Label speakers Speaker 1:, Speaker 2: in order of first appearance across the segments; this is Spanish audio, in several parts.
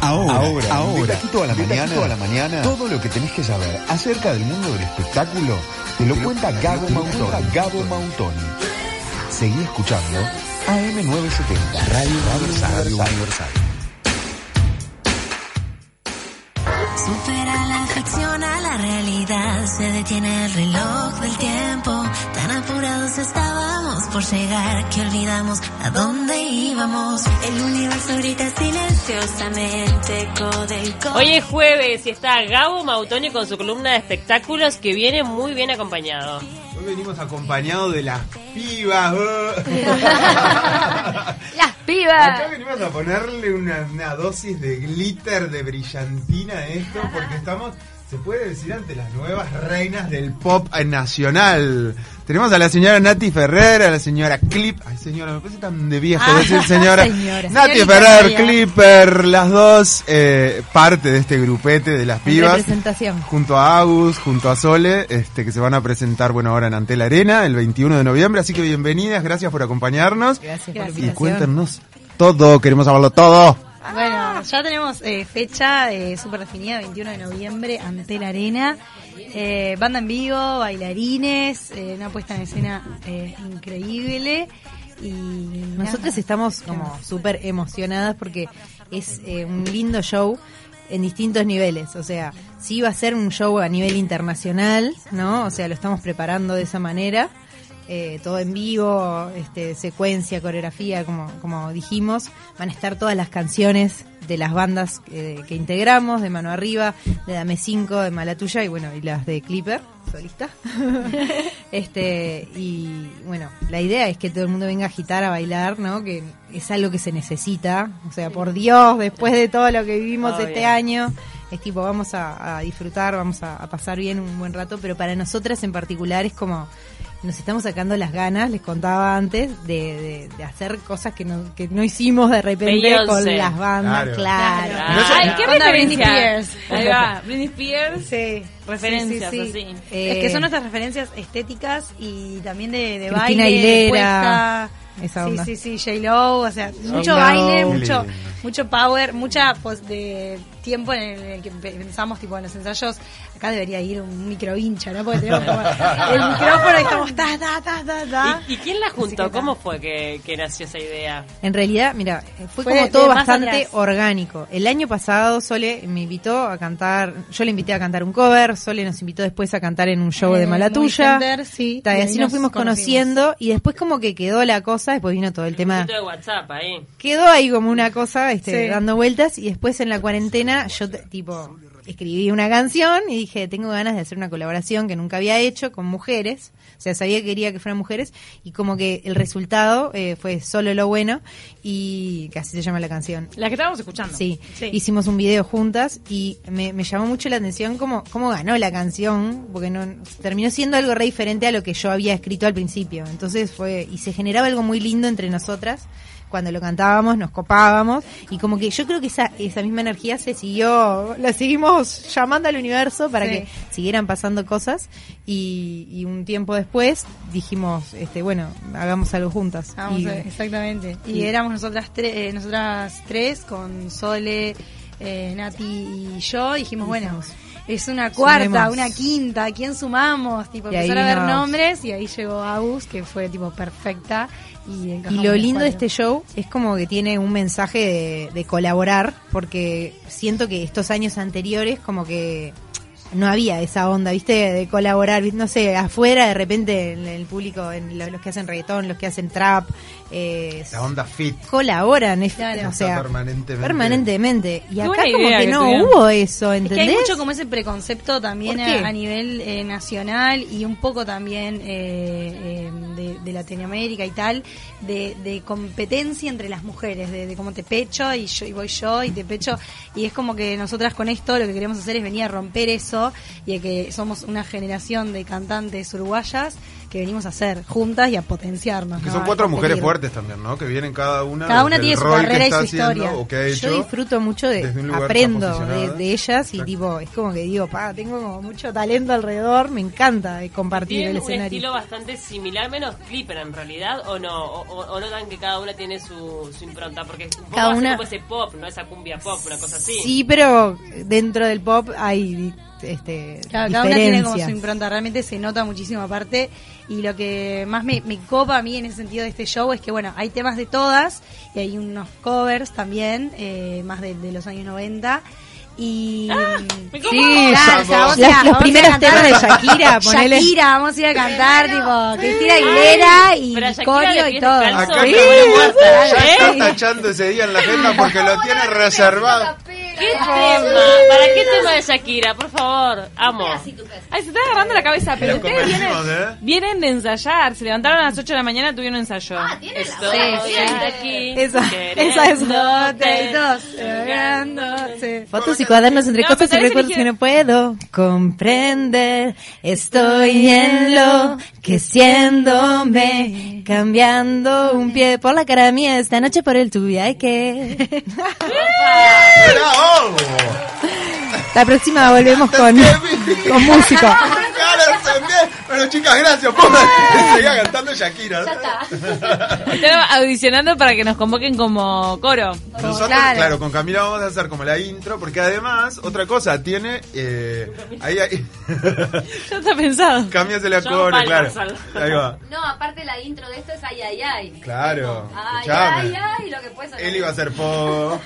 Speaker 1: Ahora, ahora,
Speaker 2: de
Speaker 1: ahora,
Speaker 2: Taquito a la
Speaker 1: de
Speaker 2: mañana,
Speaker 1: Taquito a la mañana,
Speaker 2: todo lo que tenés que saber acerca del mundo del espectáculo te lo cuenta Gabo
Speaker 1: te lo cuenta
Speaker 2: Mautoni. Gabo Mautoni. Seguí escuchando AM970, Radio
Speaker 1: Radio
Speaker 2: Universal.
Speaker 1: Universal.
Speaker 3: Supera la ficción a la realidad, se detiene el reloj del tiempo. Tan apurados estábamos por llegar que olvidamos a dónde íbamos. El universo grita silenciosamente código.
Speaker 4: Hoy es jueves y está Gabo Mautoni con su columna de espectáculos que viene muy bien acompañado.
Speaker 5: Hoy venimos acompañados de las pibas.
Speaker 6: Las
Speaker 5: Acá
Speaker 6: pibas.
Speaker 5: venimos a ponerle una, una dosis de glitter, de brillantina a esto, porque estamos, se puede decir, ante las nuevas reinas del pop nacional. Tenemos a la señora Nati Ferrer, a la señora Clip. Ay, señora, me parece tan de viejo decir señora.
Speaker 6: Ah, señora.
Speaker 5: Nati
Speaker 6: Señorita
Speaker 5: Ferrer,
Speaker 6: sería.
Speaker 5: Clipper, las dos eh, parte de este grupete de las pibas.
Speaker 6: Representación.
Speaker 5: junto a Agus, junto a Sole, este, que se van a presentar, bueno, ahora en Antel Arena, el 21 de noviembre. Así que bienvenidas, gracias por acompañarnos.
Speaker 6: Gracias,
Speaker 7: Gracias.
Speaker 5: Y cuéntenos todo, queremos hablarlo todo.
Speaker 7: Bueno, ya tenemos eh, fecha eh, súper definida, 21 de noviembre, ante la arena. Eh, banda en vivo, bailarines, eh, una puesta en escena eh, increíble. Y
Speaker 8: Nosotros estamos como súper emocionadas porque es eh, un lindo show en distintos niveles. O sea, sí va a ser un show a nivel internacional, ¿no? O sea, lo estamos preparando de esa manera. eh, todo en vivo, este, secuencia, coreografía, como, como dijimos. Van a estar todas las canciones de las bandas eh, que integramos, de Mano Arriba, de Dame 5, de Malatuya y bueno, y las de Clipper, solista. Este, y bueno, la idea es que todo el mundo venga a agitar, a bailar, ¿no? Que es algo que se necesita. O sea, por Dios, después de todo lo que vivimos
Speaker 4: Obvio.
Speaker 8: este año, es tipo, vamos a, a disfrutar, vamos a, a pasar bien un buen rato, pero para nosotras en particular es como, nos estamos sacando las ganas, les contaba antes, de, de- de hacer cosas que no, que no hicimos de repente
Speaker 4: Beyoncé.
Speaker 8: con las bandas,
Speaker 5: Claro.
Speaker 8: claro.
Speaker 5: Pero eso-
Speaker 4: Ay, qué
Speaker 7: Onda
Speaker 4: referencia.
Speaker 7: Britney Spears.
Speaker 4: Ahí va, Britney Spears.
Speaker 7: Sí,
Speaker 4: Referencias,
Speaker 7: sí, sí, sí.
Speaker 4: así.
Speaker 7: es que
Speaker 8: Eh,
Speaker 7: son nuestras referencias estéticas y también de, de
Speaker 8: Cristina
Speaker 7: baile, de
Speaker 8: Aguilera,
Speaker 7: puesta.
Speaker 8: esa onda.
Speaker 7: Sí, sí, sí, J-Lo, o sea, mucho
Speaker 8: J-Lo.
Speaker 7: baile,
Speaker 8: Qué
Speaker 7: mucho
Speaker 5: lindo.
Speaker 7: mucho power, mucha pues, de tiempo en el que pe- pensamos, tipo, en los ensayos, acá debería ir un micro hincha, ¿no? Porque tenemos como el micrófono y estamos ta, ta, ta, ta, ta.
Speaker 4: ¿Y, y quién la
Speaker 7: Así
Speaker 4: juntó?
Speaker 7: que
Speaker 4: ¿Cómo fue que, que nació esa idea?
Speaker 8: En realidad, mira, eh, fue,
Speaker 7: Fue de-
Speaker 8: como todo
Speaker 7: de más
Speaker 8: bastante
Speaker 7: atrás.
Speaker 8: orgánico. El año pasado Sole me invitó a cantar, yo le invité a cantar un cover, Sole nos invitó después a cantar en un show de
Speaker 7: Eh,
Speaker 8: Malatuya.
Speaker 7: Movicenter, sí,
Speaker 8: Ta,
Speaker 7: y
Speaker 8: y
Speaker 7: ahí
Speaker 8: así
Speaker 7: nos
Speaker 8: nos fuimos
Speaker 7: conocimos.
Speaker 8: conociendo y después como que quedó la cosa, después vino todo el tema.
Speaker 4: Junto de WhatsApp ahí.
Speaker 8: Quedó ahí como una cosa, este,
Speaker 7: Sí.
Speaker 8: dando vueltas y después en la cuarentena yo t- tipo escribí una canción y dije, tengo ganas de hacer una colaboración que nunca había hecho con mujeres, o sea, sabía que quería que fueran mujeres y como que el resultado eh, fue solo lo bueno y que así se llama la canción.
Speaker 9: Las que estábamos escuchando.
Speaker 8: Sí.
Speaker 7: Sí.
Speaker 8: hicimos un video juntas y me, me llamó mucho la atención cómo, cómo ganó la canción, porque no terminó siendo algo re diferente a lo que yo había escrito al principio. Entonces fue, y se generaba algo muy lindo entre nosotras. Cuando lo cantábamos, nos copábamos, y como que yo creo que esa, esa misma energía se siguió, la seguimos llamando al universo para
Speaker 7: Sí.
Speaker 8: que siguieran pasando cosas, y, y un tiempo después dijimos, este bueno, hagamos algo juntas.
Speaker 7: Vamos
Speaker 8: Y-
Speaker 7: a ver, exactamente. Y
Speaker 8: y-
Speaker 7: éramos nosotras tres, eh, nosotras tres con Sole, eh, Nati y yo. Y dijimos, bueno,
Speaker 8: Dijimos,
Speaker 7: es una cuarta,
Speaker 8: sumemos.
Speaker 7: una quinta, ¿a quién sumamos? Tipo,
Speaker 8: Y
Speaker 7: empezar
Speaker 8: ahí
Speaker 7: a ver
Speaker 8: nos-
Speaker 7: nombres y ahí llegó Agus, que fue tipo perfecta. Y,
Speaker 8: Y lo lindo de este show es como que tiene un mensaje de, de colaborar, porque siento que estos años anteriores como que no había esa onda, ¿viste? De colaborar, ¿viste? no sé, afuera de repente en el público, en lo- los, que hacen reggaetón, los que hacen trap, eh,
Speaker 5: La onda fit.
Speaker 8: colaboran, es-
Speaker 7: Claro.
Speaker 8: o sea,
Speaker 5: Está permanentemente.
Speaker 8: permanentemente. Y
Speaker 4: Qué
Speaker 8: acá
Speaker 4: buena
Speaker 8: como
Speaker 4: idea
Speaker 8: que
Speaker 4: que
Speaker 8: no
Speaker 4: tuvieron.
Speaker 8: hubo eso,
Speaker 7: Es que hay
Speaker 8: ¿entendés?
Speaker 7: mucho como ese preconcepto también
Speaker 8: ¿Por qué?
Speaker 7: a, a nivel eh, nacional y un poco también eh, eh, de, de Latinoamérica y tal, de, de competencia entre las mujeres, de, de cómo te pecho y, yo, y voy yo y te pecho. Y es como que nosotras con esto lo que queremos hacer es venir a romper eso y de que somos una generación de cantantes uruguayas que venimos a hacer juntas y a potenciarnos.
Speaker 5: Que
Speaker 7: ¿no?
Speaker 5: son
Speaker 7: A
Speaker 5: cuatro mujeres
Speaker 7: competir.
Speaker 5: fuertes también, ¿no? Que vienen cada una.
Speaker 7: Cada una
Speaker 5: del
Speaker 7: tiene su
Speaker 5: rol que
Speaker 7: carrera y
Speaker 5: está
Speaker 7: su
Speaker 5: haciendo
Speaker 7: historia.
Speaker 5: o que ha hecho.
Speaker 8: Yo disfruto mucho
Speaker 5: desde un
Speaker 8: de,
Speaker 5: lugar
Speaker 8: aprendo de,
Speaker 5: posicionada.
Speaker 8: de ellas y
Speaker 5: Exacto.
Speaker 8: tipo, es como que digo, pa, tengo como mucho talento alrededor, me encanta eh, compartir el
Speaker 4: Tienen un
Speaker 8: escenario.
Speaker 4: estilo bastante similar, menos clipper en realidad, o no, o, o- o notan que cada una tiene su, su impronta, porque un poco
Speaker 8: Cada
Speaker 4: hace
Speaker 8: una-
Speaker 4: como ese pop, no esa cumbia pop, una cosa así.
Speaker 8: Sí, pero dentro del pop hay este,
Speaker 7: Claro, cada una tiene como su
Speaker 8: diferencias.
Speaker 7: impronta, realmente se nota muchísimo aparte. Y lo que más me, me copa a mí en ese sentido de este show es que, bueno, hay temas de todas y hay unos covers también, eh, más de, de los años 90. Y.
Speaker 4: Ah, me
Speaker 7: Sí,
Speaker 4: copa.
Speaker 7: claro, o sea, vamos a-
Speaker 8: Los- los
Speaker 7: vamos a
Speaker 8: primeros
Speaker 7: cantar
Speaker 8: temas de Shakira, ponele.
Speaker 7: Shakira, vamos a ir a cantar, tipo, Cristina Aguilera y
Speaker 4: pero a Shakira
Speaker 7: Corio
Speaker 4: le
Speaker 7: y
Speaker 4: pide
Speaker 7: todo.
Speaker 4: descanso.
Speaker 5: Acá
Speaker 4: Sí,
Speaker 5: está
Speaker 4: sí,
Speaker 5: muerta,
Speaker 4: sí.
Speaker 5: ya está
Speaker 4: ¿Eh?
Speaker 5: tachando ese día en la agenda porque lo tiene reservado.
Speaker 4: ¿Qué tema? ¿Para qué tema de Shakira? Por favor, amo.
Speaker 1: Ay, se está agarrando la cabeza, pero
Speaker 5: Lo
Speaker 1: ustedes vienen,
Speaker 5: convencimos, ¿eh?
Speaker 1: vienen de ensayar. Se levantaron a las 8 de la mañana, tuvieron un ensayo.
Speaker 4: Ah, Estoy
Speaker 7: Sí, sí.
Speaker 4: aquí.
Speaker 8: Esa-
Speaker 4: queriéndote.
Speaker 8: esa es
Speaker 7: Dos, tres, dos, sí.
Speaker 8: Fotos y cuadernos entre
Speaker 1: No,
Speaker 8: cosas y
Speaker 1: pero sabés
Speaker 8: recuerdos que
Speaker 1: elegir-
Speaker 8: no puedo comprender. Estoy en lo que siéndome, cambiando un pie por la cara mía esta noche por el tuyo. Ay, que.
Speaker 5: ¡Bravo!
Speaker 8: La próxima volvemos con, con músico.
Speaker 5: Claro, también. Bueno, chicas, gracias. Pongan- Seguía cantando Shakira.
Speaker 1: Están audicionando para que nos convoquen como coro.
Speaker 5: Nosotros, claro.
Speaker 7: claro.
Speaker 5: con Camila vamos a hacer como la intro, porque además, otra cosa, tiene. Eh, ahí, ahí.
Speaker 1: Ya está pensado.
Speaker 5: Cambias el
Speaker 4: John
Speaker 5: acorde, claro.
Speaker 4: Palmersal.
Speaker 5: Ahí va.
Speaker 6: No, aparte la intro de esto es ay, ay, ay.
Speaker 5: Claro,
Speaker 6: Ay,
Speaker 5: escuchame.
Speaker 6: ay, ay, lo que puede sonar.
Speaker 5: Él iba a ser po.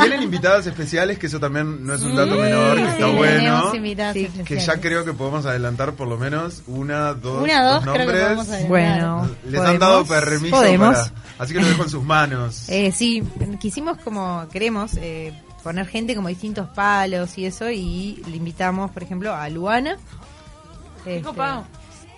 Speaker 5: Tienen invitadas especiales, que eso también no es un dato menor, que está
Speaker 7: Sí,
Speaker 5: bueno.
Speaker 7: tenemos invitadas
Speaker 8: Sí,
Speaker 5: Que
Speaker 7: especiales.
Speaker 5: ya creo que podemos adelantar por lo menos una, dos,
Speaker 7: Una, dos, creo que
Speaker 5: nombres.
Speaker 7: podemos adelantar.
Speaker 8: Bueno,
Speaker 5: Les han dado
Speaker 8: ¿podemos?
Speaker 5: permiso
Speaker 8: Podemos.
Speaker 5: para- Así que lo dejo en sus manos.
Speaker 8: Eh, sí, quisimos como queremos eh, poner gente como distintos palos y eso y le invitamos, por ejemplo, a Luana este,
Speaker 1: copado.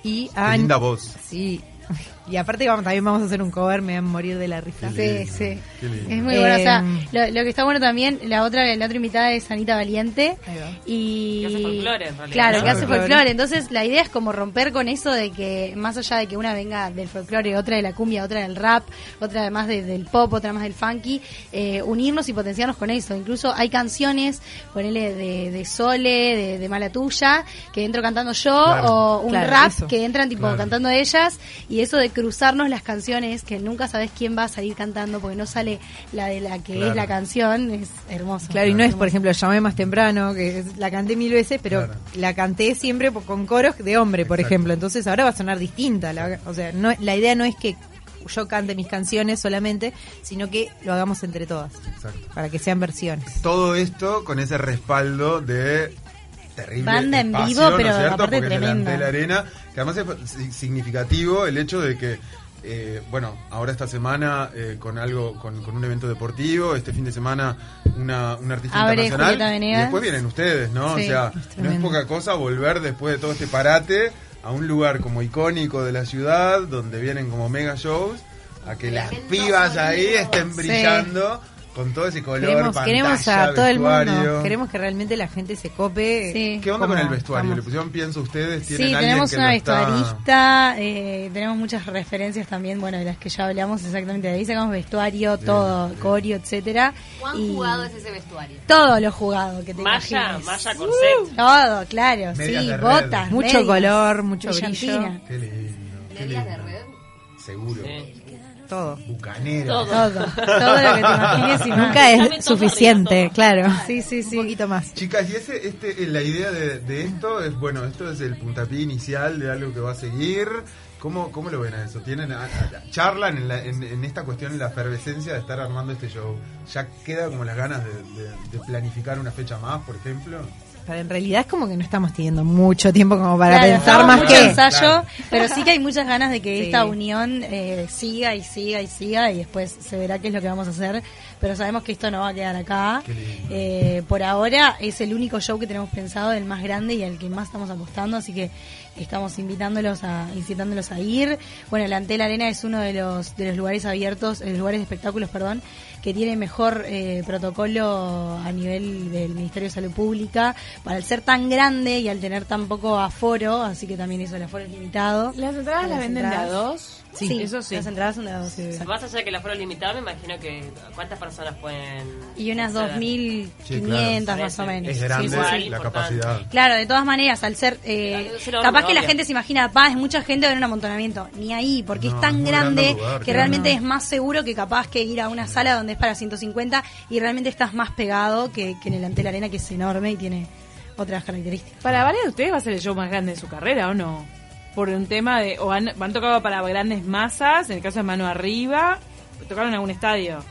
Speaker 8: y
Speaker 5: Qué
Speaker 8: a
Speaker 5: linda voz.
Speaker 8: Sí. Y aparte vamos, también vamos a hacer un cover, me van a morir de la risa.
Speaker 7: Sí, sí.
Speaker 5: Qué lindo.
Speaker 7: Es muy bueno. O sea,
Speaker 8: Eh,
Speaker 7: lo, lo que está bueno también, la otra, la otra invitada es Anita Valiente.
Speaker 8: Ahí va.
Speaker 7: Y,
Speaker 4: Que hace folclore, en realidad,
Speaker 7: Claro,
Speaker 4: ¿no?
Speaker 5: Ah,
Speaker 7: que hace
Speaker 8: Folclore.
Speaker 7: folclore. Entonces, la idea es como romper con eso de que, más allá de que una venga del folclore, otra de la cumbia, otra del rap, otra además de- del pop, otra más del funky, eh, unirnos y potenciarnos con eso. Incluso hay canciones, ponele de, de Sole, de, de Mala Tuya, que entro cantando yo,
Speaker 5: Claro.
Speaker 7: o un
Speaker 8: Claro,
Speaker 7: rap
Speaker 8: eso.
Speaker 7: que entran tipo
Speaker 5: Claro.
Speaker 7: cantando ellas y eso de cruzarnos las canciones que nunca sabes quién va a salir cantando porque no sale la de la que
Speaker 5: Claro.
Speaker 7: es la canción es hermoso
Speaker 8: Claro, y no es, por ejemplo, llamé más temprano, que es- la canté mil veces, pero
Speaker 5: Claro.
Speaker 8: la canté siempre po- con coros de hombre, por
Speaker 5: Exacto.
Speaker 8: ejemplo. Entonces ahora va a sonar distinta. la- o sea, no, la idea no es que yo cante mis canciones solamente, sino que lo hagamos entre todas,
Speaker 5: Exacto.
Speaker 8: para que sean versiones.
Speaker 5: Todo esto con ese respaldo de terrible
Speaker 7: Banda en
Speaker 5: espacio,
Speaker 7: vivo,
Speaker 5: ¿no es
Speaker 7: pero
Speaker 5: cierto?
Speaker 7: aparte
Speaker 5: Porque delante
Speaker 7: tremenda.
Speaker 5: de la arena, que además es si- significativo el hecho de que eh, bueno, ahora esta semana eh, con algo, con, con un evento deportivo, este fin de semana una, un artista
Speaker 7: Abre Julieta
Speaker 5: internacional. Y
Speaker 7: Venegas.
Speaker 5: después vienen ustedes, ¿no? o
Speaker 7: Sí,
Speaker 5: sea,
Speaker 8: es
Speaker 5: no es
Speaker 8: tremendo.
Speaker 5: poca cosa volver después de todo este parate a un lugar como icónico de la ciudad, donde vienen como mega shows, a que las pibas ahí estén brillando con todo ese color.
Speaker 8: Queremos,
Speaker 5: pantalla,
Speaker 8: queremos a todo el mundo,
Speaker 5: vestuario.
Speaker 8: queremos que realmente la gente se cope.
Speaker 7: Sí.
Speaker 5: ¿Qué onda con
Speaker 8: como-
Speaker 5: el vestuario?
Speaker 8: como-
Speaker 5: ¿Le pusieron pienso ustedes?
Speaker 7: sí
Speaker 5: ¿Tienen alguien
Speaker 7: tenemos
Speaker 5: que
Speaker 7: una
Speaker 5: lo está-
Speaker 7: vestuarista eh, tenemos muchas referencias también bueno de las que ya hablamos exactamente de ahí sacamos vestuario todo corio etcétera
Speaker 6: ¿Cuán
Speaker 7: y
Speaker 6: jugado es ese vestuario?
Speaker 7: todo lo jugado que te
Speaker 4: Malla,
Speaker 7: imagines.
Speaker 4: malla corset.
Speaker 1: Uh.
Speaker 7: todo claro
Speaker 5: Medias
Speaker 7: sí
Speaker 5: de red.
Speaker 7: botas
Speaker 8: Mucho
Speaker 7: medias,
Speaker 8: color, mucho
Speaker 7: brillantina.
Speaker 8: brillo.
Speaker 5: Qué lindo. Qué
Speaker 6: ¿Medias de
Speaker 5: lindo.
Speaker 6: red?
Speaker 5: Seguro.
Speaker 4: Sí.
Speaker 8: Todo. Ah.
Speaker 5: Bucanera.
Speaker 7: todo todo lo que te imagines y más.
Speaker 8: Nunca
Speaker 4: Dame todo
Speaker 8: es suficiente,
Speaker 4: arriba, todo.
Speaker 8: claro.
Speaker 7: sí sí sí
Speaker 8: Un poquito más.
Speaker 5: Chicas, y ese, este, eh, la idea de, de esto es, bueno, esto es el puntapié inicial de algo que va a seguir. ¿Cómo, cómo lo ven a eso? ¿Tienen a- a- ¿Charlan en, la- en- en esta cuestión, en la efervescencia de estar armando este show? ¿Ya queda como las ganas de, de- de planificar una fecha más, por ejemplo?
Speaker 8: Pero en realidad es como que no estamos teniendo mucho tiempo como para
Speaker 7: Claro,
Speaker 8: pensar
Speaker 7: no,
Speaker 8: más
Speaker 7: mucho
Speaker 8: que...
Speaker 7: ensayo,
Speaker 5: Claro.
Speaker 7: pero sí que hay muchas ganas de que
Speaker 8: Sí.
Speaker 7: esta unión eh, siga y siga y siga y después se verá qué es lo que vamos a hacer, pero sabemos que esto no va a quedar acá.
Speaker 5: Qué lindo.
Speaker 7: Eh, por ahora es el único show que tenemos pensado, el más grande y al que más estamos apostando, así que estamos invitándolos a incitándolos a ir. Bueno, el Antel Arena es uno de los de los lugares abiertos, eh, lugares de espectáculos, perdón, que tiene mejor eh, protocolo a nivel del Ministerio de Salud Pública para el ser tan grande y al tener tan poco aforo, así que también eso el aforo es limitado.
Speaker 1: ¿Las entradas las venden de a dos?
Speaker 7: Sí,
Speaker 1: Eso sí.
Speaker 7: Las entradas son de a dos. exacto.
Speaker 4: Más allá de que el aforo es limitado, me imagino que cuántas personas pueden...
Speaker 7: Y unas
Speaker 4: acceder?
Speaker 7: 2.500
Speaker 5: Sí, claro.
Speaker 7: más o menos.
Speaker 5: Es grande
Speaker 4: Sí, igual,
Speaker 5: la
Speaker 4: importante.
Speaker 5: capacidad.
Speaker 7: Claro, de todas maneras, al ser. eh,
Speaker 4: Es enorme,
Speaker 7: capaz que la
Speaker 4: obvio.
Speaker 7: gente se imagina, pa, es mucha gente en un amontonamiento. Ni ahí, porque
Speaker 5: No,
Speaker 7: es
Speaker 5: es
Speaker 7: tan
Speaker 5: muy
Speaker 7: grande,
Speaker 5: grande el lugar,
Speaker 7: que
Speaker 5: claro.
Speaker 7: realmente es más seguro que capaz que ir a una sala donde es para 150 y realmente estás más pegado que, que en el ante la arena, que es enorme y tiene otras características.
Speaker 1: Para varios de ustedes va a ser el show más grande de su carrera, ¿o no? Por un tema de... O han, han tocado para grandes masas, en el caso de Mano Arriba, tocaron en algún estadio.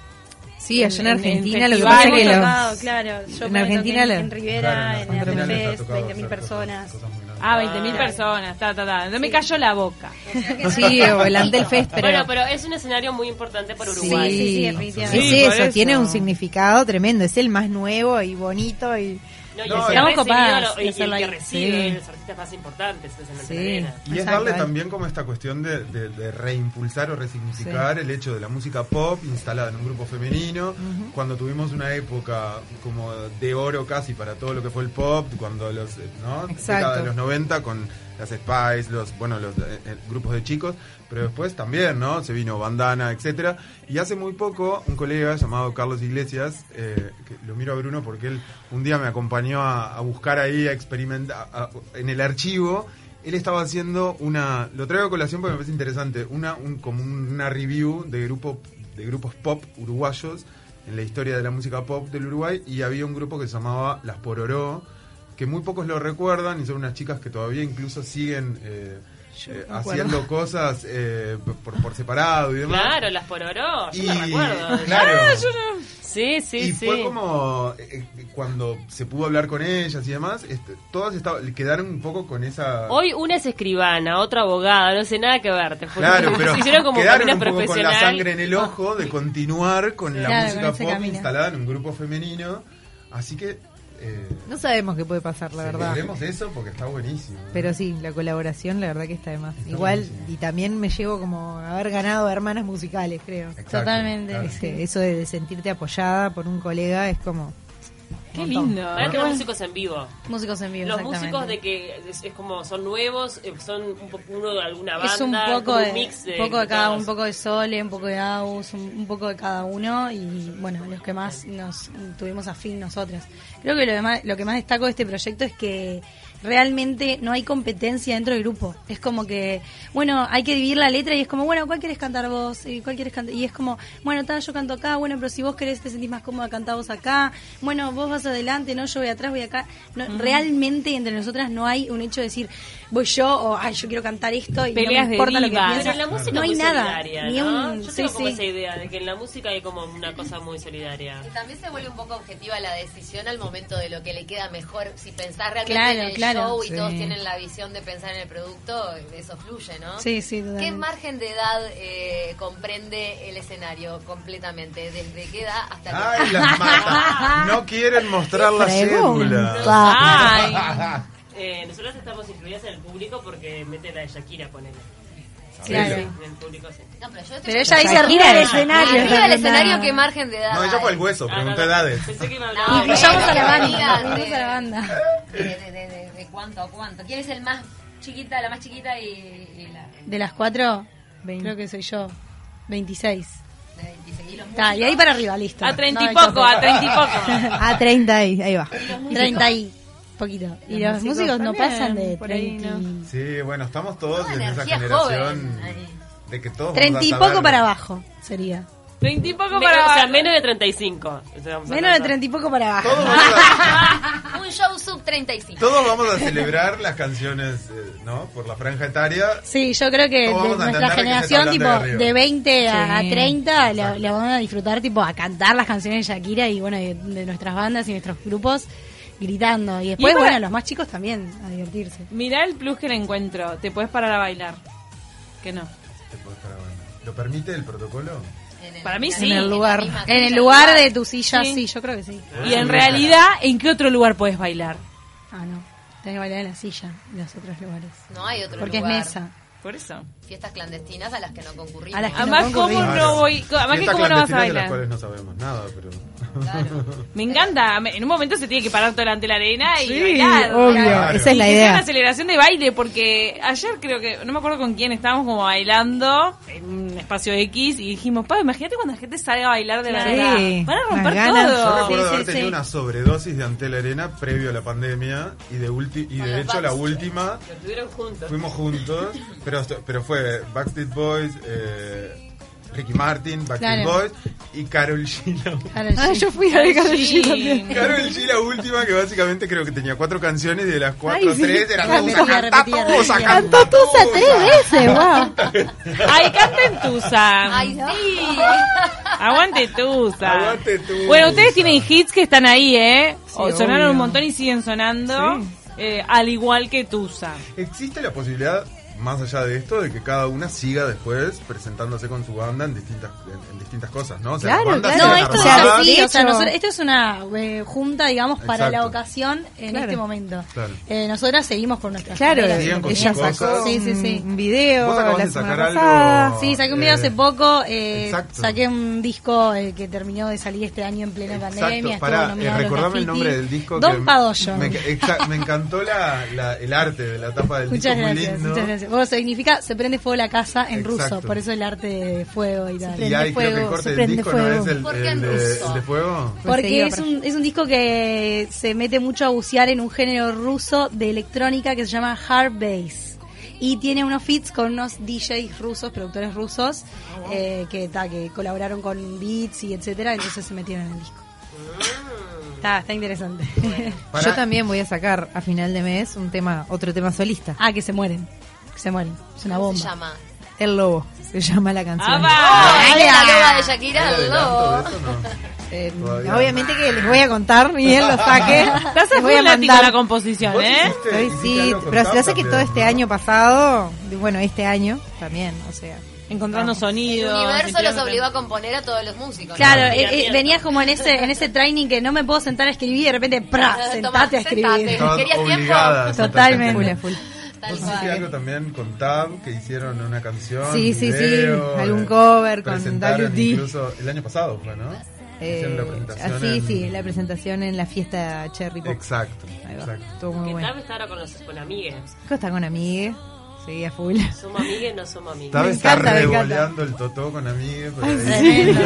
Speaker 8: Sí, allá en
Speaker 1: En- en
Speaker 8: Argentina lo
Speaker 1: festivales
Speaker 8: que pasa es que
Speaker 1: hemos
Speaker 8: los-
Speaker 1: tocado,
Speaker 7: claro. Yo
Speaker 8: en me Argentina toqué en-
Speaker 7: en,
Speaker 8: la- en
Speaker 7: Rivera,
Speaker 5: Claro,
Speaker 7: en
Speaker 5: Argentina les ha
Speaker 7: Fest,
Speaker 5: tocado hacer
Speaker 7: 20.000
Speaker 5: cosas-
Speaker 7: personas.
Speaker 5: cosas muy grandes.
Speaker 1: Ah, 20.000 personas, ta, ta, ta. No me cayó la boca.
Speaker 8: Sí, o el Antel Fest, pero...
Speaker 4: Bueno, pero es un escenario muy importante para
Speaker 8: Sí,
Speaker 4: Uruguay.
Speaker 7: sí, sí,
Speaker 8: es
Speaker 7: definitivamente.
Speaker 1: Sí, por
Speaker 8: eso,
Speaker 1: eso.
Speaker 8: tiene un significado tremendo. Es el más nuevo y bonito y...
Speaker 4: No, y
Speaker 5: No,
Speaker 4: el ser
Speaker 5: estamos
Speaker 4: recibido,
Speaker 7: copadas
Speaker 4: lo- y
Speaker 7: de
Speaker 4: el
Speaker 7: hacerlo
Speaker 4: que
Speaker 7: ahí.
Speaker 4: recibe
Speaker 8: Sí.
Speaker 4: los artistas más importantes es el
Speaker 8: Sí.
Speaker 4: Magdalena.
Speaker 5: Y es
Speaker 8: Exacto,
Speaker 5: darle
Speaker 8: eh.
Speaker 5: también como esta cuestión de, de- de reimpulsar o resignificar el hecho de la música pop instalada en un grupo femenino, cuando tuvimos una época como de oro casi para todo lo que fue el pop, cuando los, eh, ¿no?
Speaker 8: Exacto.
Speaker 5: Década de los 90 con las Spice, los, bueno, los eh, eh, grupos de chicos, pero después también, ¿no? Se vino Bandana, etcétera Y hace muy poco un colega llamado Carlos Iglesias, eh, que lo miro a Bruno porque él un día me acompañó a, a buscar ahí, a experimentar a- a- en el archivo. Él estaba haciendo una, lo traigo a colación porque me parece interesante, una, un, como una review de, grupo, de grupos pop uruguayos en la historia de la música pop del Uruguay y había un grupo que se llamaba Las Pororó, que muy pocos lo recuerdan y son unas chicas que todavía incluso siguen eh, eh, haciendo cosas eh, por, por separado y demás.
Speaker 4: Claro, las pororó, yo
Speaker 5: y,
Speaker 4: las recuerdo.
Speaker 5: claro.
Speaker 4: Sí, Ah, sí,
Speaker 5: y
Speaker 4: sí.
Speaker 5: fue como eh, eh, cuando se pudo hablar con ellas y demás, este, todas estaba- quedaron un poco con esa...
Speaker 4: Hoy una es escribana, otra abogada, no sé nada que ver. te juro.
Speaker 5: Claro, pero
Speaker 4: Se hicieron como
Speaker 5: quedaron
Speaker 4: una
Speaker 5: un poco con la
Speaker 4: profesional. Ah.
Speaker 5: sangre en el ojo de continuar con la
Speaker 7: Claro,
Speaker 5: música
Speaker 7: con ese
Speaker 5: pop
Speaker 7: camino.
Speaker 5: instalada en un grupo femenino. Así que... Eh,
Speaker 8: No sabemos qué puede pasar, la verdad.
Speaker 5: celebremos eso porque está buenísimo. ¿no?
Speaker 8: Pero sí, la colaboración la verdad que está de más.
Speaker 5: Está
Speaker 8: Igual,
Speaker 5: buenísimo.
Speaker 8: y también me llevo como a haber ganado hermanas musicales, creo.
Speaker 5: Exacto,
Speaker 7: Totalmente.
Speaker 5: claro.
Speaker 8: Este, eso de sentirte apoyada por un colega es como...
Speaker 1: Qué lindo.
Speaker 4: Ahora que los músicos en vivo.
Speaker 7: Músicos en vivo.
Speaker 4: Los músicos
Speaker 7: exactamente.
Speaker 4: de que es, es como son nuevos, eh, son un po- uno de alguna banda,
Speaker 7: es un poco
Speaker 4: como
Speaker 7: de,
Speaker 4: un mix de,
Speaker 7: poco de cada
Speaker 4: todos.
Speaker 7: un poco de Sole, un poco de Agus, un, un poco de cada uno y bueno, los que más nos tuvimos afín nosotras. Creo que lo demás, lo que más destaco de este proyecto es que realmente no hay competencia dentro del grupo. Es como que, bueno, hay que dividir la letra y es como, bueno, ¿cuál querés cantar vos? ¿Y cuál querés cantar? Y es como, bueno, ta, yo canto acá, bueno, pero si vos querés te sentís más cómoda, cantá vos acá, bueno, vos vas adelante, no, yo voy atrás, voy acá. No, Realmente entre nosotras no hay un hecho de decir, voy yo o, ay, yo quiero cantar esto y
Speaker 1: Peleas de
Speaker 7: no me importa lo que
Speaker 1: divas.
Speaker 7: piensa.
Speaker 4: Pero en la música
Speaker 7: no hay
Speaker 4: muy
Speaker 7: nada,
Speaker 4: solidaria,
Speaker 7: ni
Speaker 4: ¿no?
Speaker 7: un
Speaker 4: Yo
Speaker 7: sí,
Speaker 4: tengo como
Speaker 7: sí.
Speaker 4: esa idea de que en la música hay como una cosa muy solidaria.
Speaker 9: Y también se vuelve un poco objetiva la decisión al momento de lo que le queda mejor. Si pensás realmente
Speaker 7: Claro,
Speaker 9: en el
Speaker 7: claro.
Speaker 9: show y
Speaker 8: Sí.
Speaker 9: todos tienen la visión de pensar en el producto, eso fluye, ¿no?
Speaker 7: Sí, sí,
Speaker 9: ¿Qué
Speaker 7: totalmente.
Speaker 9: margen de edad eh, comprende el escenario completamente? ¿Desde qué edad hasta qué edad?
Speaker 5: Ay, las mata. No quieren mostrar la cédula.
Speaker 8: Pregunta.
Speaker 4: Ay. Eh, nosotros estamos incluidas en el público porque meten a Shakira, ponele.
Speaker 7: Claro.
Speaker 4: En el público, sí.
Speaker 9: No, pero yo estoy
Speaker 7: Pero ella dice
Speaker 8: Shakira
Speaker 7: arriba del
Speaker 8: es-
Speaker 7: escenario.
Speaker 9: Arriba del escenario, ¿qué margen de edad?
Speaker 5: No, ella fue el hueso,
Speaker 4: Ah, no,
Speaker 5: pregunté
Speaker 4: no,
Speaker 5: edades.
Speaker 4: Pensé que iba a hablar.
Speaker 9: No,
Speaker 7: Incluyamos
Speaker 9: bueno,
Speaker 7: a la
Speaker 9: amigas,
Speaker 7: banda, incluyamos a la banda.
Speaker 9: De, de- de- de- de cuánto a cuánto? ¿Quién es el más chiquita, la más chiquita y, y la eh?
Speaker 7: De las cuatro, creo que soy yo, 26.
Speaker 9: de 26? Y los
Speaker 7: Ta, y ahí para arriba, listo.
Speaker 1: A treinta
Speaker 7: No,
Speaker 1: y
Speaker 7: esto
Speaker 1: poco,
Speaker 7: fue-
Speaker 1: a treinta y poco.
Speaker 8: A 30 ahí, ahí va.
Speaker 7: 30 y poquito. Y los, músicos no
Speaker 1: también,
Speaker 7: pasan de
Speaker 1: por ahí,
Speaker 7: 30. y-
Speaker 5: Sí, bueno, estamos todos
Speaker 9: Toda
Speaker 5: en esa
Speaker 9: energía
Speaker 5: generación
Speaker 9: joven. Ahí.
Speaker 5: de que todos
Speaker 7: 30 y
Speaker 5: vamos a
Speaker 7: poco
Speaker 5: saber-
Speaker 7: para abajo sería.
Speaker 1: Treinta y poco
Speaker 4: Me- o
Speaker 1: para...
Speaker 4: sea, menos de 35. O sea, vamos a
Speaker 7: Menos de
Speaker 4: hablar.
Speaker 7: 30 y poco para abajo.
Speaker 5: Todos vamos, a,
Speaker 9: Un show sub 35.
Speaker 5: todos vamos a celebrar las canciones, eh, ¿no? Por la franja etaria.
Speaker 7: Sí, yo creo que de
Speaker 5: Todos vamos a entender que se
Speaker 7: nuestra
Speaker 5: está
Speaker 7: generación, tipo,
Speaker 5: hablando de
Speaker 7: de,
Speaker 5: arriba.
Speaker 7: 20 a
Speaker 8: Sí.
Speaker 7: 30, la,
Speaker 5: Exacto.
Speaker 7: la van a disfrutar, tipo, a cantar las canciones de Shakira y, bueno, de, de nuestras bandas y nuestros grupos gritando. Y después,
Speaker 1: para-
Speaker 7: bueno, los más chicos también a divertirse.
Speaker 1: Mirá el plus que le encuentro. Te puedes parar a bailar. Que no.
Speaker 5: Te puedo estar hablando. ¿Lo permite el protocolo?
Speaker 9: En el-
Speaker 1: Para mí
Speaker 9: en
Speaker 1: sí.
Speaker 9: el-
Speaker 1: En el
Speaker 8: lugar.
Speaker 9: misma
Speaker 7: En
Speaker 9: silla,
Speaker 7: el lugar de tu silla,
Speaker 1: Sí.
Speaker 7: sí, yo creo que sí.
Speaker 1: Y
Speaker 5: Ah,
Speaker 1: en realidad, ¿en qué otro lugar puedes bailar?
Speaker 7: Ah, no. Tenés que bailar en la silla, en los otros lugares.
Speaker 9: No hay otro
Speaker 7: Porque
Speaker 9: lugar.
Speaker 7: es mesa.
Speaker 1: Por eso.
Speaker 9: Fiestas clandestinas a las que no concurrimos.
Speaker 7: A las que-
Speaker 1: Además, ¿cómo
Speaker 7: concurrí.
Speaker 1: no voy? Además, que
Speaker 5: Fiestas
Speaker 1: ¿cómo no vas a
Speaker 5: clandestinas de las
Speaker 1: bailar?
Speaker 5: cuales no sabemos nada, pero...
Speaker 1: Me encanta. me- En un momento se tiene que parar todo delante de la arena y
Speaker 8: Sí,
Speaker 1: bailar.
Speaker 8: obvio,
Speaker 5: Claro.
Speaker 8: esa es la
Speaker 1: Y que sea
Speaker 8: idea.
Speaker 1: una celebración de baile, porque ayer creo que, no me acuerdo con quién, estábamos como bailando en un espacio X y dijimos, pa, imagínate cuando la gente salga a bailar de
Speaker 8: Claro.
Speaker 1: verdad.
Speaker 8: Sí,
Speaker 1: Van a
Speaker 8: las
Speaker 1: romper
Speaker 8: ganas.
Speaker 4: Ah.
Speaker 5: Yo
Speaker 1: todo.
Speaker 5: recuerdo
Speaker 7: sí,
Speaker 5: haber
Speaker 7: sí.
Speaker 5: tenido una sobredosis de Antel Arena previo a la pandemia y de ulti-
Speaker 9: Con
Speaker 5: y de
Speaker 9: los
Speaker 5: hecho la
Speaker 9: Backstreet.
Speaker 5: última
Speaker 4: Lo tuvieron juntos.
Speaker 5: fuimos juntos, pero esto- pero fue Backstreet Boys, eh, Ricky Martin, Backstreet
Speaker 7: Claro.
Speaker 5: Boys y Carol G. la última.
Speaker 7: Claro, sí.
Speaker 8: fui
Speaker 1: a ver Karol G también.
Speaker 5: Carol G la última que básicamente creo que tenía cuatro canciones y de las cuatro
Speaker 8: Ay, sí.
Speaker 5: tres eran
Speaker 7: Repetía,
Speaker 5: Tusa, cantá
Speaker 7: repetía,
Speaker 5: Tusa,
Speaker 7: repetía.
Speaker 5: cantá
Speaker 8: Cantó Tusa tres veces, wow.
Speaker 1: Ay, canten
Speaker 4: Ah,
Speaker 1: Tusa.
Speaker 9: Ay, sí.
Speaker 1: Aguante Tusa.
Speaker 5: Aguante Tusa.
Speaker 1: Bueno, ustedes tienen hits que están ahí, ¿eh? O-
Speaker 8: obvio.
Speaker 1: sonaron un montón y siguen sonando. eh, al igual que Tusa.
Speaker 5: ¿Existe la posibilidad, más allá de esto, de que cada una siga después presentándose con su banda en distintas, en, en distintas cosas, ¿no? O sea,
Speaker 8: Claro,
Speaker 5: bandas
Speaker 8: claro.
Speaker 7: No,
Speaker 5: se
Speaker 7: esto es
Speaker 5: armaban-
Speaker 8: armada.
Speaker 7: así, o sea,
Speaker 8: Hecho.
Speaker 7: nosotros- esto es una eh, junta, digamos, para
Speaker 5: Exacto.
Speaker 7: la ocasión en
Speaker 8: Claro.
Speaker 7: este momento.
Speaker 5: Claro.
Speaker 7: Eh, nosotras seguimos con nuestras
Speaker 8: Claro,
Speaker 7: carreras.
Speaker 5: Sigan con
Speaker 8: ella
Speaker 5: sus cosas.
Speaker 8: sacó
Speaker 7: Sí, sí, sí. Ah,
Speaker 8: un video
Speaker 5: Vos acabás
Speaker 8: la
Speaker 5: de
Speaker 8: semana
Speaker 5: sacar algo.
Speaker 8: pasada.
Speaker 7: Sí, saqué un video
Speaker 5: Eh,
Speaker 7: hace poco, eh,
Speaker 5: exacto.
Speaker 7: saqué un disco eh, que terminó de salir este año en plena pandemia. estuvo
Speaker 5: pará, eh,
Speaker 7: nominado a los
Speaker 5: recordame el
Speaker 7: graffiti.
Speaker 5: nombre del disco.
Speaker 7: Don
Speaker 5: que-
Speaker 7: Padoyo.
Speaker 5: Me, exa- me encantó la, la- el arte de la tapa del
Speaker 7: Muchas
Speaker 5: disco, muy
Speaker 7: gracias,
Speaker 5: lindo.
Speaker 7: muchas gracias. Bueno, significa se prende fuego la casa en
Speaker 5: Exacto.
Speaker 7: ruso, por eso el arte de fuego y tal.
Speaker 5: Y ahí creo que el corte del disco no es el,
Speaker 9: ¿Por qué
Speaker 5: el
Speaker 9: en
Speaker 5: de,
Speaker 9: ruso?
Speaker 5: el de fuego.
Speaker 8: Pues se
Speaker 7: Porque
Speaker 8: iba
Speaker 7: es
Speaker 8: para
Speaker 7: un, es un disco que se mete mucho a bucear en un género ruso de electrónica que se llama hard bass. Y tiene unos feats con unos DJs rusos, productores rusos,
Speaker 9: Ah,
Speaker 7: eh, que, ta, que colaboraron con beats y etcétera, entonces se metieron en el disco.
Speaker 9: Ah.
Speaker 7: Está, está interesante.
Speaker 5: Pará.
Speaker 8: Yo también voy a sacar a final de mes un tema, otro tema solista.
Speaker 7: ah, que se mueren. Que se mueren. Es una
Speaker 9: ¿Cómo
Speaker 7: bomba.
Speaker 9: se llama?
Speaker 8: El lobo se llama la
Speaker 1: Ah,
Speaker 8: canción.
Speaker 4: Ah,
Speaker 1: ¡Apa!
Speaker 9: Ay, de la loba de Shakira,
Speaker 5: ¿Hay
Speaker 9: el
Speaker 5: adelanto
Speaker 9: lobo.
Speaker 5: de eso? No.
Speaker 8: Eh,
Speaker 5: Todavía.
Speaker 8: obviamente que les voy a contar ni él lo saque.
Speaker 1: Estás
Speaker 8: Les
Speaker 1: a
Speaker 8: voy a
Speaker 1: full látigo
Speaker 8: mandar.
Speaker 1: la composición,
Speaker 5: Vos
Speaker 1: ¿eh?
Speaker 5: hiciste-
Speaker 8: Estoy-
Speaker 5: hiciste
Speaker 8: sí,
Speaker 5: algo con
Speaker 8: pero
Speaker 5: Tap
Speaker 8: lo sé que todo
Speaker 5: también,
Speaker 8: este
Speaker 5: ¿no?
Speaker 8: año pasado, de- bueno, este año también, o sea.
Speaker 1: Encontrando
Speaker 9: El
Speaker 1: sonidos.
Speaker 9: universo los
Speaker 1: inspirándote.
Speaker 9: obligó a componer a todos los músicos.
Speaker 7: Claro,
Speaker 9: ¿no?
Speaker 7: eh, eh, venías como en ese en ese training que no me puedo sentar a escribir y de repente, ¡pra!
Speaker 9: Tomá,
Speaker 7: Sentate a
Speaker 9: sentate.
Speaker 7: escribir.
Speaker 5: Estaban
Speaker 9: ¿Querías tiempo?
Speaker 5: obligadas a sentarse
Speaker 7: Totalmente.
Speaker 5: a
Speaker 8: Full, full.
Speaker 5: cantar.
Speaker 9: Tal
Speaker 5: Vos hiciste
Speaker 9: cual.
Speaker 5: algo también con Tab, que hicieron una canción.
Speaker 8: Sí, sí, sí,
Speaker 5: video,
Speaker 8: algún
Speaker 5: eh,
Speaker 8: cover con
Speaker 5: presentaron
Speaker 8: WD.
Speaker 5: Incluso el año pasado fue, ¿no? Hicieron la presentación.
Speaker 8: así,
Speaker 5: en-
Speaker 8: eh, ah, sí, la presentación en la fiesta Cherry Pop.
Speaker 5: Exacto,
Speaker 8: Ahí va,
Speaker 5: exacto.
Speaker 8: Estuvo muy
Speaker 4: Que
Speaker 8: bueno.
Speaker 4: Tab está ahora con, los, con amigues.
Speaker 8: Chicos, está con amigue, sí, a full.
Speaker 4: Somos amigues, no somos amigues.
Speaker 5: Tab
Speaker 8: Me
Speaker 5: está
Speaker 8: encanta, me encanta. Ah,
Speaker 5: revoleando el totó con amigos. por ahí.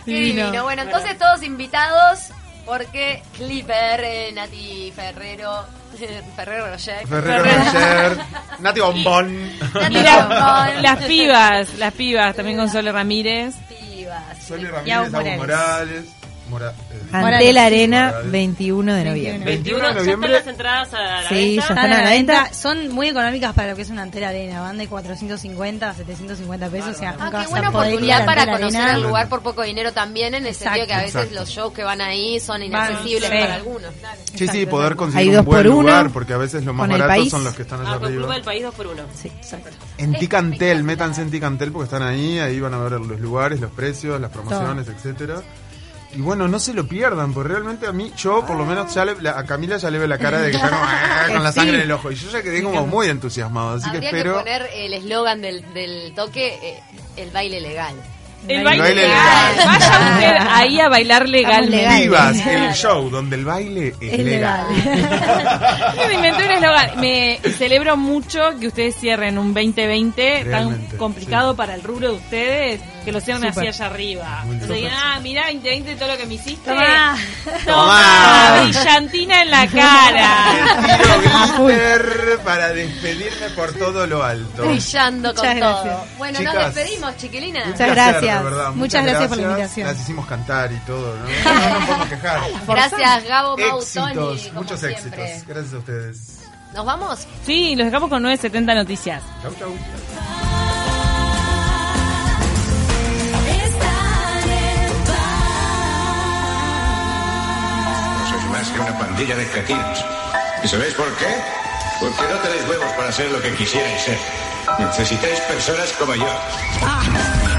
Speaker 9: Qué divino. Bueno, entonces todos invitados porque Clipper, eh, Nati Ferrero, Ferrero Roger.
Speaker 5: Ferrero Rocher, Nati Bombón.
Speaker 9: Nati
Speaker 1: Mira,
Speaker 9: Bombón,
Speaker 1: las pibas, las pibas, también con Sole Ramírez.
Speaker 9: pibas.
Speaker 5: Sole
Speaker 7: Y Agus
Speaker 5: Ramírez, Agus
Speaker 7: Morales.
Speaker 5: Morales. Mora- eh,
Speaker 8: Ante la arena,
Speaker 5: Morales.
Speaker 8: 21 de noviembre.
Speaker 4: 21,
Speaker 5: 21
Speaker 4: ya
Speaker 5: de
Speaker 4: están
Speaker 5: noviembre.
Speaker 4: las entradas a la
Speaker 8: Sí,
Speaker 4: venta.
Speaker 8: ya
Speaker 7: Están a la
Speaker 8: venta.
Speaker 7: venta, son muy económicas para lo que es una antera arena, van de 450 a 750 pesos, o sea,
Speaker 9: Ah,
Speaker 7: nunca
Speaker 9: qué
Speaker 7: vas
Speaker 9: buena
Speaker 7: a poder ir a
Speaker 9: oportunidad
Speaker 7: la
Speaker 9: para
Speaker 7: Antera
Speaker 9: conocer
Speaker 7: Arena.
Speaker 9: el lugar por poco dinero también, en el sentido que a veces
Speaker 5: Exacto.
Speaker 9: los shows que van ahí son inaccesibles
Speaker 1: sí.
Speaker 9: para algunos. claro.
Speaker 5: Sí, sí, poder
Speaker 8: Hay
Speaker 5: conseguir
Speaker 8: dos
Speaker 5: un buen
Speaker 8: por uno,
Speaker 5: lugar, porque a veces los más
Speaker 8: con el
Speaker 5: baratos
Speaker 8: país.
Speaker 5: son los que están
Speaker 4: Ah,
Speaker 5: allá
Speaker 4: con Club
Speaker 5: arriba.
Speaker 4: del País 2 por 1
Speaker 8: Sí, exacto.
Speaker 5: En Ticantel, métanse en Ticantel porque están ahí, ahí van a ver los lugares, los precios, las promociones, etcétera. Y bueno, no se lo pierdan, porque realmente a mí, yo por lo menos ya le- la- a Camila ya le veo la cara de que está como, "Ah", con la
Speaker 8: Sí.
Speaker 5: sangre en el ojo. Y yo ya quedé como muy entusiasmado, así que
Speaker 9: Habría que
Speaker 5: espero.
Speaker 9: poner el eslogan del, del toque, eh, el baile legal.
Speaker 1: El baile,
Speaker 5: baile
Speaker 1: legal.
Speaker 5: legal.
Speaker 1: Vaya usted ahí a bailar legalmente.
Speaker 8: legal.
Speaker 5: Vivas el show donde el baile es, legal.
Speaker 1: Yo me inventé un eslogan. Me celebro mucho que ustedes cierren un 2020
Speaker 5: Realmente,
Speaker 1: tan complicado
Speaker 5: sí.
Speaker 1: para el rubro de ustedes, que lo cierren
Speaker 8: Súper.
Speaker 1: así allá arriba.
Speaker 5: Muy
Speaker 1: Entonces
Speaker 5: bien.
Speaker 1: digan, ah, mirá 2020 todo lo que me hiciste.
Speaker 7: Tomá.
Speaker 1: Tomá, brillantina en la cara.
Speaker 5: Tiro glitter para despedirme por todo lo alto.
Speaker 9: Brillando con
Speaker 7: Muchas gracias.
Speaker 9: todo. Bueno,
Speaker 5: Chicas.
Speaker 9: nos despedimos, chiquilinas.
Speaker 5: Un
Speaker 7: Muchas
Speaker 5: placer,
Speaker 7: gracias.
Speaker 5: de verdad,
Speaker 7: Muchas gracias por la invitación.
Speaker 5: Las hicimos cantar y todo, ¿no? No, no podemos quejar.
Speaker 9: Gracias, Gabo, Mau, Tony.
Speaker 5: éxitos,
Speaker 9: como
Speaker 5: muchos
Speaker 9: siempre.
Speaker 5: éxitos. Gracias a ustedes.
Speaker 9: ¿Nos vamos?
Speaker 1: Sí, los dejamos con 970 Noticias.
Speaker 5: Chau, chau.
Speaker 10: No sois más que una pandilla de cretinos. ¿Y sabéis por qué? Porque no tenéis huevos para ser lo que quisierais ser. Necesitáis personas como yo.
Speaker 3: Ah,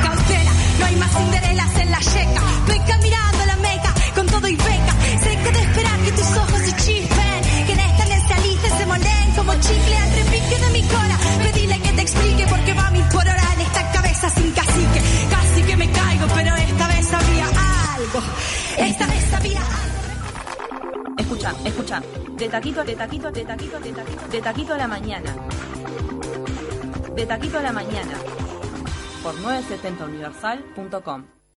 Speaker 3: cautela, no hay más cinderelas en la yeca. Voy caminando la meca con todo y beca. Seco de esperar que tus ojos se chispen. Que de esta alista se molen como chicle al repique de mi cola. Pedile que te explique por qué va mi por hora en esta cabeza sin cacique. Casi que me caigo, pero esta vez había algo.
Speaker 7: escucha, escucha. De taquito, de taquito, de taquito, de taquito, de taquito a la mañana. De taquito a la mañana. Por 970universal.com.